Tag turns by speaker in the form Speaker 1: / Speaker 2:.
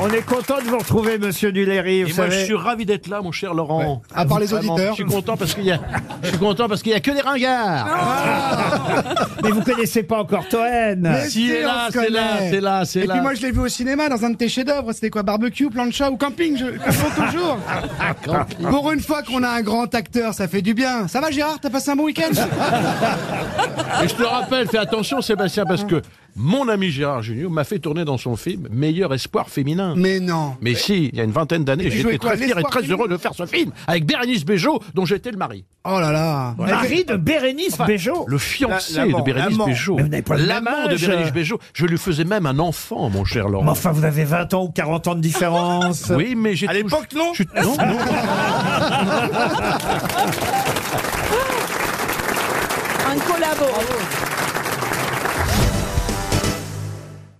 Speaker 1: On est content de vous retrouver, monsieur Duléry.
Speaker 2: Et
Speaker 1: vous
Speaker 2: moi,
Speaker 1: savez.
Speaker 2: je suis ravi d'être là, mon cher Laurent.
Speaker 3: À part les
Speaker 2: Vraiment,
Speaker 3: auditeurs.
Speaker 2: Je suis content parce qu'il y a, je suis content parce qu'il y a que des ringards.
Speaker 1: Mais vous connaissez pas encore Toen.
Speaker 3: Mais
Speaker 2: si,
Speaker 3: Ah, on
Speaker 2: là,
Speaker 3: se
Speaker 2: c'est là,
Speaker 3: connaît.
Speaker 2: c'est là, c'est
Speaker 3: Et
Speaker 2: là.
Speaker 3: puis moi, je l'ai vu au cinéma dans un de tes chefs-d'œuvre. C'était quoi Barbecue, plancha ou camping Je confonds toujours. Pour une fois qu'on a un grand acteur, ça fait du bien. Ça va, Gérard T'as passé un bon week-end
Speaker 2: Et je te rappelle, fais attention, Sébastien, parce que mon ami Gérard Junior m'a fait tourner dans son film Meilleur espoir féminin.
Speaker 3: Mais non.
Speaker 2: Mais si, il y a une vingtaine d'années,
Speaker 3: jouait
Speaker 2: j'étais
Speaker 3: quoi,
Speaker 2: très fier et
Speaker 3: l'espoir
Speaker 2: très
Speaker 3: féminin
Speaker 2: heureux de faire ce film avec Bérénice Bejo, dont j'étais le mari.
Speaker 3: Oh là là.
Speaker 1: Le Mari de Bérénice Bejo.
Speaker 2: Le fiancé
Speaker 1: l'amant,
Speaker 2: de Bérénice
Speaker 1: l'amant.
Speaker 2: Bejo.
Speaker 1: Mais vous n'avez pas le même
Speaker 2: L'amant de
Speaker 1: âge.
Speaker 2: Bérénice Bejo. Je lui faisais même un enfant, mon cher
Speaker 1: Mais
Speaker 2: Laurent.
Speaker 1: enfin, vous avez 20 ans ou 40 ans de différence.
Speaker 2: Oui, mais j'ai.
Speaker 4: À l'époque, non
Speaker 2: je- non, non.
Speaker 5: Un collabo.